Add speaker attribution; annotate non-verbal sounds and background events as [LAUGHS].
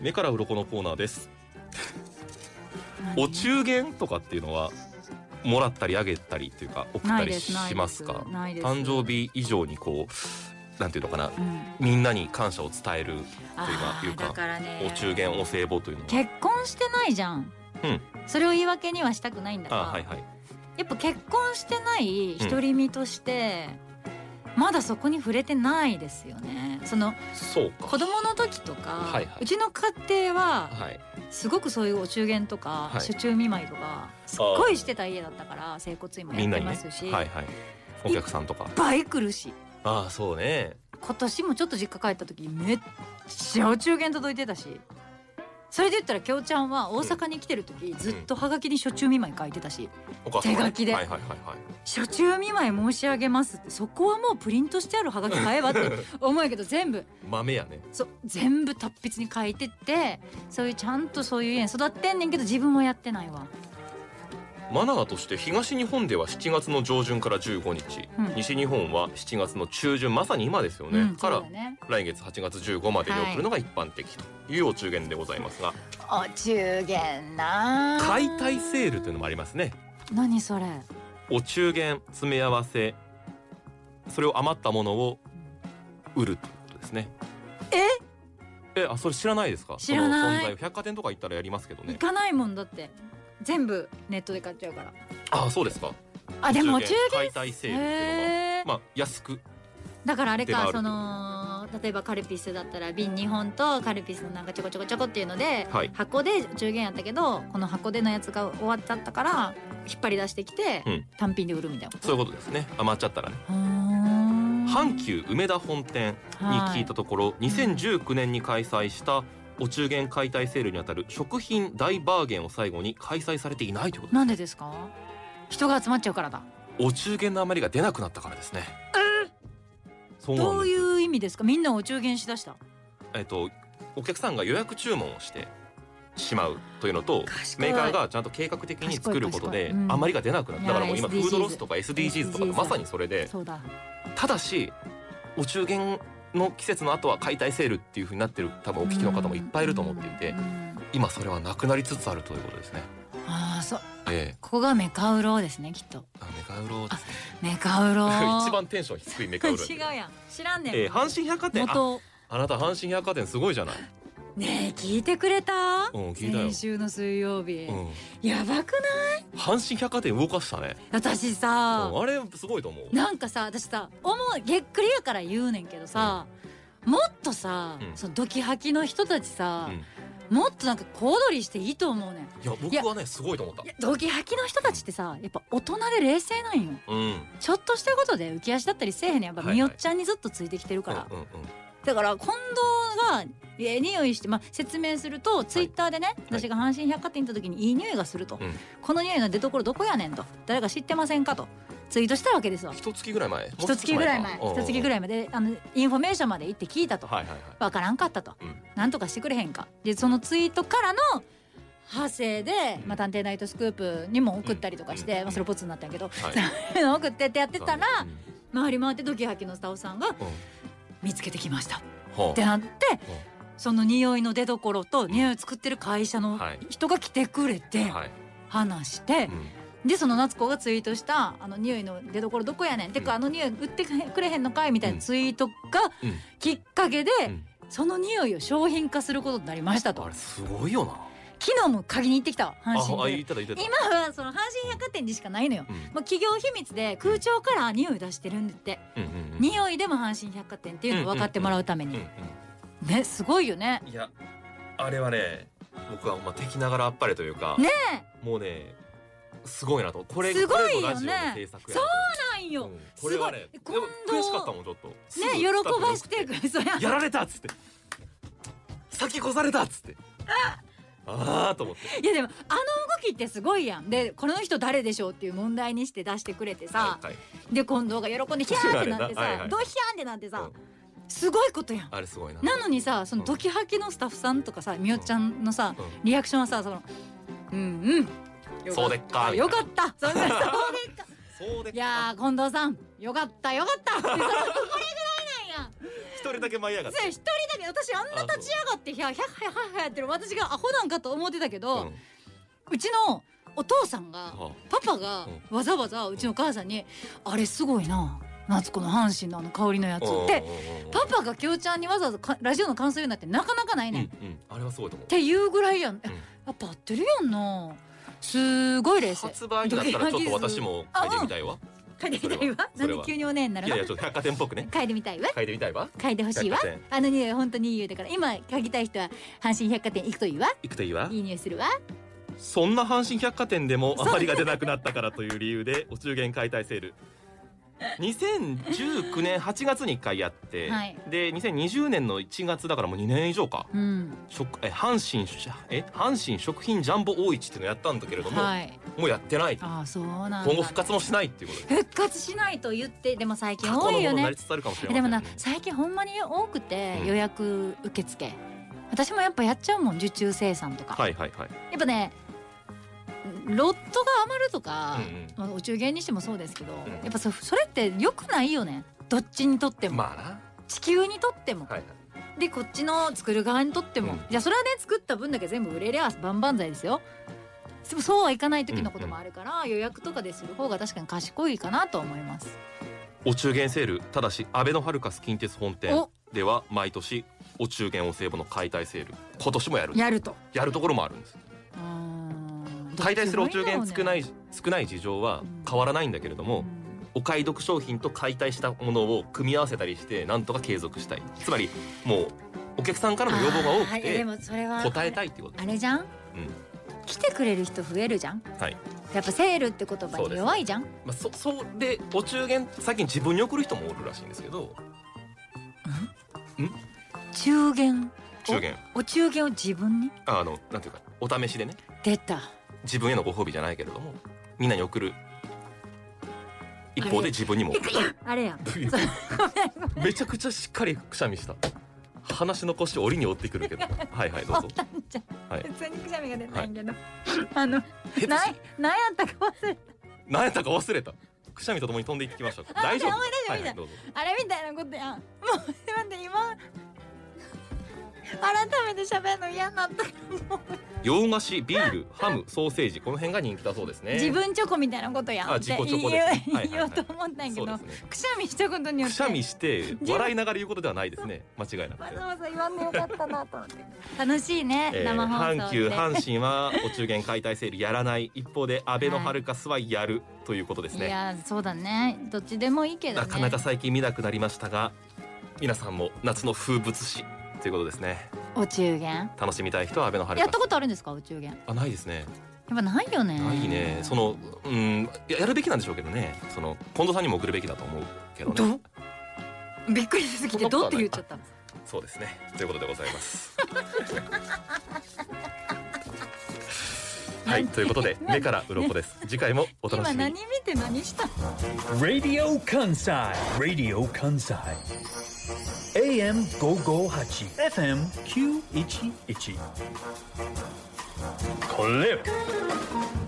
Speaker 1: 目から鱗のコーナーです
Speaker 2: 何
Speaker 1: お中元とかっていうのはもらったりあげたりというか送っ
Speaker 2: な
Speaker 1: た
Speaker 2: いで
Speaker 1: り
Speaker 2: すないです
Speaker 1: しますか
Speaker 2: ないです
Speaker 1: 誕生日以上にこうなんていうのかな
Speaker 2: うん
Speaker 1: みんなに感謝を伝える
Speaker 2: あ
Speaker 1: というか
Speaker 2: ーだからね
Speaker 1: お中元お歳暮というのは
Speaker 2: 結婚してないじゃん、
Speaker 1: うん
Speaker 2: それを言い訳にはしたくないんだ
Speaker 1: あ
Speaker 2: から、
Speaker 1: はいはい
Speaker 2: やっぱ結婚してない独り身として、まだそこに触れてないですよねその
Speaker 1: そうか
Speaker 2: 子供の時とか、
Speaker 1: はいはいう
Speaker 2: ちの家庭は
Speaker 1: はい
Speaker 2: すごくそういうお中元とか、
Speaker 1: はい
Speaker 2: 手中見舞いとかすっごいしてた家だったから整骨院も
Speaker 1: み
Speaker 2: や
Speaker 1: ん
Speaker 2: っ
Speaker 1: な
Speaker 2: て
Speaker 1: に
Speaker 2: ま
Speaker 1: ね
Speaker 2: すし、
Speaker 1: はいはいお客さんとか
Speaker 2: 倍来るし
Speaker 1: ああそうね
Speaker 2: 今年もちょっと実家帰った時めっちゃお中元届いてたしそれで言ったら京ちゃんは大阪に来てる時、ずっとハガキに初中見舞い書いてたし
Speaker 1: お母さんがね
Speaker 2: 手書きで
Speaker 1: はいはいはい
Speaker 2: 初中見舞い申し上げますってそこはもうプリントしてあるハガキ買えばって
Speaker 1: [LAUGHS]
Speaker 2: 思うけど全部
Speaker 1: はい豆やね
Speaker 2: そう全部達筆に書いてってそういうちゃんとそういう家に育ってんねんけど自分はやってないわ
Speaker 1: マナーとして東日本では7月の上旬から15日、
Speaker 2: うん
Speaker 1: 西日本は7月の中旬まさに今ですよね、
Speaker 2: うん、
Speaker 1: か
Speaker 2: そう
Speaker 1: ら
Speaker 2: だね
Speaker 1: 来月8月15までに送るのが一般的というお中元でございますが、
Speaker 2: お中元なあ
Speaker 1: 解体セールというのもありますね
Speaker 2: 何それ
Speaker 1: お中元詰め合わせそれを余ったものを売るということですねええあそれ知らないですか
Speaker 2: 知らな
Speaker 1: その
Speaker 2: い
Speaker 1: 存在を百貨店とか行ったらやりますけど
Speaker 2: 行
Speaker 1: ね
Speaker 2: かないもんだって全部ネットで買っちゃうから
Speaker 1: あそうですか
Speaker 2: あでもお中元
Speaker 1: 解体セールっていうのが
Speaker 2: へー
Speaker 1: まあ安く
Speaker 2: だからあれ
Speaker 1: 出回
Speaker 2: か
Speaker 1: る
Speaker 2: その例えばカルピスだったら瓶2本とカルピスのなんかちょこちょこちょこっていうので、
Speaker 1: はい
Speaker 2: 箱で中元やったけどこの箱でのやつが終わっちゃったから引っ張り出してきて、
Speaker 1: うん
Speaker 2: 単品で売るみたいな
Speaker 1: そういうことですね余っちゃったらね阪
Speaker 2: 阪
Speaker 1: 急梅田本店に聞いたところ、
Speaker 2: い
Speaker 1: 2019年に開催したお中元解体セールにあたる食品大バーゲンを最後に開催されていないということ
Speaker 2: なんでですか人が集まっちゃうからだ
Speaker 1: お中元の余りが出なくなったからですね。そうなん
Speaker 2: どう
Speaker 1: です。
Speaker 2: いう意味ですかみんなお中元しだした
Speaker 1: えっとお客さんが予約注文をしてしまうというのと。
Speaker 2: 賢い
Speaker 1: メーカーがちゃんと計画的に作ること
Speaker 2: 賢い
Speaker 1: で
Speaker 2: 賢いうん
Speaker 1: 余りが出なくなる
Speaker 2: い
Speaker 1: だか
Speaker 2: や
Speaker 1: らもう今フ
Speaker 2: SDGs
Speaker 1: ードロスとか SDGs とか
Speaker 2: SDGs
Speaker 1: まさにそれで
Speaker 2: そうだ
Speaker 1: ただしお中元の季節の後は解体セールっていう風になってる多分お聞きの方もいっぱいいると思っていて
Speaker 2: うんうん
Speaker 1: 今それはなくなりつつあるということですね。
Speaker 2: ああそう
Speaker 1: ええ
Speaker 2: ここがメカウロですねきっと
Speaker 1: あメカウロですね
Speaker 2: メカウロ
Speaker 1: [LAUGHS]
Speaker 2: [LAUGHS]
Speaker 1: 一番テンション低いメカウロ。
Speaker 2: 違うやん知らんねん、
Speaker 1: ええ阪神百貨店あ
Speaker 2: 元
Speaker 1: あなた阪神百貨店すごいじゃない。
Speaker 2: ねえ聞いてくれた
Speaker 1: うん聞いたよ
Speaker 2: 先。週の水曜日、
Speaker 1: うん。
Speaker 2: やばくない
Speaker 1: 阪神百貨店動かしたね。
Speaker 2: 私
Speaker 1: うん
Speaker 2: さ、
Speaker 1: あれすごいと思う。
Speaker 2: なんかさ私さ思うげっくりやから言うねんけどさ、もっとさ、
Speaker 1: うん
Speaker 2: そのドキハキの人たちさ
Speaker 1: う、ん
Speaker 2: もっとなんか小躍りしていいと思うねん
Speaker 1: いや僕はねすごいと思った
Speaker 2: い。やドキハキの人たちってさやっぱ大人で冷静なんよ
Speaker 1: うん。うん
Speaker 2: ちょっとしたことで浮き足だったりせえへんねんやっぱ
Speaker 1: はいはい
Speaker 2: みよっちゃんにずっとついてきてるから、
Speaker 1: うんうん。
Speaker 2: だから近藤がええ匂いして、まあ、説明するとツイッターでね、私が阪神百貨店行った時にいい匂いがすると、
Speaker 1: うん
Speaker 2: この匂いの出所どこやねんと誰か知ってませんかとツイートしたわけですわ
Speaker 1: 一月ぐらい前。
Speaker 2: 一月ぐらい前
Speaker 1: もう
Speaker 2: 一
Speaker 1: 少し
Speaker 2: 月ぐ
Speaker 1: か
Speaker 2: らいまであのインフォメーションまで行って聞いたと、
Speaker 1: うんうんはいはい
Speaker 2: わからんかったと、
Speaker 1: うん
Speaker 2: なんとかしてくれへんかでそのツイートからの派生で
Speaker 1: う、ん
Speaker 2: まあ、探偵ナイトスクープにも送ったりとかし
Speaker 1: う
Speaker 2: て、
Speaker 1: ん
Speaker 2: まあ、それポツになったんやけど、 [LAUGHS]
Speaker 1: はい。はい。
Speaker 2: 送ってってやってたら
Speaker 1: うんうん
Speaker 2: 回り回ってドキハキのスタオさんが
Speaker 1: は
Speaker 2: 見つけてきましたっ
Speaker 1: あ
Speaker 2: てなって、その匂いの出所と匂いを作ってる会社の
Speaker 1: はい
Speaker 2: 人が来てくれて
Speaker 1: はい。
Speaker 2: 話して、
Speaker 1: うん
Speaker 2: でその夏子がツイートした「あの匂いの出所どこやねん」てか「
Speaker 1: うん
Speaker 2: あの匂い売ってくれへんのかい」みたいなツイートが
Speaker 1: うん
Speaker 2: きっかけで、
Speaker 1: うん
Speaker 2: その匂いを商品化することになりましたと
Speaker 1: あれすごいよな。
Speaker 2: 昨日も鍵に行ってきたわ
Speaker 1: あ
Speaker 2: 阪
Speaker 1: あ言
Speaker 2: 神で
Speaker 1: ってた言ってた。
Speaker 2: 今はその阪神百貨店にしかないのよ。
Speaker 1: うん
Speaker 2: もう企業秘密で空調から匂い出してるんだって、
Speaker 1: うんうんうん。
Speaker 2: 匂いでも阪神百貨店っていうのを分かってもらうため
Speaker 1: うん
Speaker 2: に、ねすごいよね
Speaker 1: うん。いやあれはね僕はまあ敵ながらあっぱれというか。
Speaker 2: ね
Speaker 1: もうねすごいなとこれ
Speaker 2: すごいよ
Speaker 1: これ
Speaker 2: ね
Speaker 1: ぞラジオの制作やなと
Speaker 2: なんよ、
Speaker 1: うんこれはね
Speaker 2: す
Speaker 1: で
Speaker 2: ごい
Speaker 1: も
Speaker 2: 近藤
Speaker 1: 悔しかったもんちょっとね
Speaker 2: ね喜ばして
Speaker 1: [LAUGHS]
Speaker 2: くれそうや
Speaker 1: やられたっつって先越されたっつってああと思って
Speaker 2: いやでもあの動きってすごいやんでこの人誰でしょうっていう問題にして出してくれて
Speaker 1: は
Speaker 2: さ、
Speaker 1: いはい
Speaker 2: で近藤が喜んでヒャーってなってさ、
Speaker 1: はいはい
Speaker 2: ドヒャーってなってさ、
Speaker 1: うん
Speaker 2: すごいことやん
Speaker 1: あれすごいな
Speaker 2: なのにさそのドキハキのスタッフさんとかさみよちゃんのさ
Speaker 1: うん
Speaker 2: リアクションはさそのうんうんよかった
Speaker 1: そうでっかみたいな
Speaker 2: よかったそんなそうでっか [LAUGHS]
Speaker 1: そうで
Speaker 2: いやー近 [LAUGHS]
Speaker 1: [LAUGHS]
Speaker 2: 藤さんよかったよかったってそのこれぐらいなんや
Speaker 1: 一人だけ舞い上がっ
Speaker 2: そ
Speaker 1: て
Speaker 2: う一人だけに私あんな立ち上がってひゃひゃひゃひゃひゃやってる私がアホなんかと思ってたけど、う
Speaker 1: うん
Speaker 2: ちのお父さんが、
Speaker 1: は
Speaker 2: パパがわざわざうちの母さんに「あれすごいな夏子の阪神のあの香りのやつ」
Speaker 1: あ
Speaker 2: って
Speaker 1: うんうんうんうん
Speaker 2: パパがきょうちゃんにわざわざかラジオの感想言うなんてなかなかないねん。っ
Speaker 1: うんうんあれはすごいと思う
Speaker 2: ていうぐらいやん、え
Speaker 1: うん
Speaker 2: やっぱ合ってるやんなすごい冷静
Speaker 1: 発売になったらちょっと私も嗅いでみたいわ
Speaker 2: 嗅いでみたいわ
Speaker 1: そ
Speaker 2: なん
Speaker 1: れ
Speaker 2: で
Speaker 1: は
Speaker 2: 急におねえにないる
Speaker 1: やい
Speaker 2: の
Speaker 1: やちょっと百貨店っぽくね
Speaker 2: 嗅いでみたいわ
Speaker 1: 嗅いでみたいわ
Speaker 2: 嗅いでほしいわ
Speaker 1: 百貨店
Speaker 2: あの匂い本当にいい匂いだから今嗅ぎたい人は阪神百貨店行くといいわ
Speaker 1: 行くといいわ
Speaker 2: いい匂いするわ
Speaker 1: そんな阪神百貨店でも余りが出なくなったからという理由で [LAUGHS] お中元解体セール2019年8月に1回やって、
Speaker 2: はい
Speaker 1: で2020年の1月だからもう2年以上か
Speaker 2: うん
Speaker 1: 食え阪神え阪神食品ジャンボ大市っていうのやったんだけれども、
Speaker 2: はい
Speaker 1: もうやってない
Speaker 2: ああそうなんだ
Speaker 1: 今後復活もしないっていうことで
Speaker 2: 復活しないと言ってでも最近
Speaker 1: 過去
Speaker 2: 多
Speaker 1: のもの
Speaker 2: いよ
Speaker 1: に
Speaker 2: ね
Speaker 1: なりつつあるかもしれま
Speaker 2: で
Speaker 1: せん
Speaker 2: も
Speaker 1: ね
Speaker 2: な最近ほんまに多くて
Speaker 1: うん
Speaker 2: 予約受付、私もやっぱやっちゃうもん受注生産とか、
Speaker 1: はいはいはい、
Speaker 2: やっぱねロットが余るとか
Speaker 1: う、ん
Speaker 2: まあお中元にしてもそうですけど、
Speaker 1: ん
Speaker 2: やっぱそそれって良くないよねどっちにとって
Speaker 1: うん、
Speaker 2: も、
Speaker 1: まあな
Speaker 2: 地球にとっても、
Speaker 1: はいはい
Speaker 2: でこっちの作る側にとっても、
Speaker 1: うん
Speaker 2: じゃあそれはね作った分だけ全部売れりゃ万々歳ですよでもそうはいかない時のこともあるから、予約とかでする方が確かに賢いかなと思います
Speaker 1: お中元セールただしアベノハルカス近鉄本店
Speaker 2: お
Speaker 1: では毎年お中元お歳暮の解体セール今年もやる
Speaker 2: やると
Speaker 1: やるところもあるんです
Speaker 2: うーん
Speaker 1: 解体するお中元少ないい少ない事情は変わらないんだけれどもお買い得商品と解体したものを組み合わせたりしてなんとか継続したいつまりもうお客さんからの要望が多く
Speaker 2: あーいやで
Speaker 1: て
Speaker 2: もそれは
Speaker 1: 答えたいっていうこと
Speaker 2: あれじゃん、来てくれる人増えるじゃん
Speaker 1: はい
Speaker 2: やっぱセールって言葉
Speaker 1: そう
Speaker 2: に
Speaker 1: です
Speaker 2: 弱いじゃん、
Speaker 1: まあそそれでお中元最近自分に送る人もおるらしいんですけど
Speaker 2: 中元
Speaker 1: 中元
Speaker 2: お中元を自分に
Speaker 1: あのなんていうかお試しでね
Speaker 2: 出た
Speaker 1: 自分へのご褒美じゃないけれどもみんなに送る一方で自分にも送る
Speaker 2: [LAUGHS] あれやん
Speaker 1: めちゃくちゃしっかりくしゃみした話の腰折りに折ってくる
Speaker 2: [LAUGHS]
Speaker 1: けどはいはいどうぞ
Speaker 2: なんじゃ
Speaker 1: はい
Speaker 2: 普通にくしゃみが出たんやけど、 [LAUGHS] あのない何やったか忘れた
Speaker 1: 何やったか忘れたくしゃみとともに飛んでいってきました大丈夫
Speaker 2: あ思い出した
Speaker 1: はい
Speaker 2: 思い出
Speaker 1: は
Speaker 2: し
Speaker 1: いどうぞ
Speaker 2: あれみたいなことやんもう待って今 [LAUGHS] 改めて喋るの嫌になった、
Speaker 1: 洋菓子ビー
Speaker 2: [LAUGHS]
Speaker 1: ルハムソーセージこの辺が人気だそうですね
Speaker 2: 自分チョコみたいなことやん
Speaker 1: あ
Speaker 2: っ
Speaker 1: 自
Speaker 2: て
Speaker 1: 己
Speaker 2: 言
Speaker 1: チョコ
Speaker 2: おう,、
Speaker 1: ですねはいはいはい
Speaker 2: 言おうと思ったんやけ
Speaker 1: そう
Speaker 2: ど、
Speaker 1: ですね
Speaker 2: くしゃみしたことによっ
Speaker 1: く
Speaker 2: て
Speaker 1: しゃみして笑いながら言うことではないですね間違いなく
Speaker 2: わ
Speaker 1: て
Speaker 2: ざわざ言わんでよかったなと
Speaker 1: [LAUGHS]
Speaker 2: 思って楽しいね、
Speaker 1: えー
Speaker 2: 生放送
Speaker 1: 阪急
Speaker 2: で
Speaker 1: 阪神はお中元解体セールやらない一方で安倍のハルカスはやるということです
Speaker 2: い
Speaker 1: ね
Speaker 2: やそうだねどっちでもいいけどね
Speaker 1: なかなか最近見なくなりましたが皆さんも夏の風物詩ということですね
Speaker 2: お中元
Speaker 1: 楽しみたい人は安倍のハル
Speaker 2: やっ
Speaker 1: カ
Speaker 2: た
Speaker 1: ス
Speaker 2: ことあるんですかお中元や
Speaker 1: あないですね
Speaker 2: っぱないよね
Speaker 1: ないねそのうんややるべきなんでしょうけどねその近藤さんにも送るべきだと思うけどね
Speaker 2: どびっくりしすぎて「ど」って言っちゃった
Speaker 1: そうですねということでございます
Speaker 2: [LAUGHS]
Speaker 1: はいということで目から鱗です次回もお楽
Speaker 2: 今
Speaker 1: しみ
Speaker 2: 何
Speaker 1: に
Speaker 2: 見て何したの
Speaker 3: Radio Kansai. Radio Kansai. AM Gogo Hachi. FM E Q Ichi Ichi. Clip.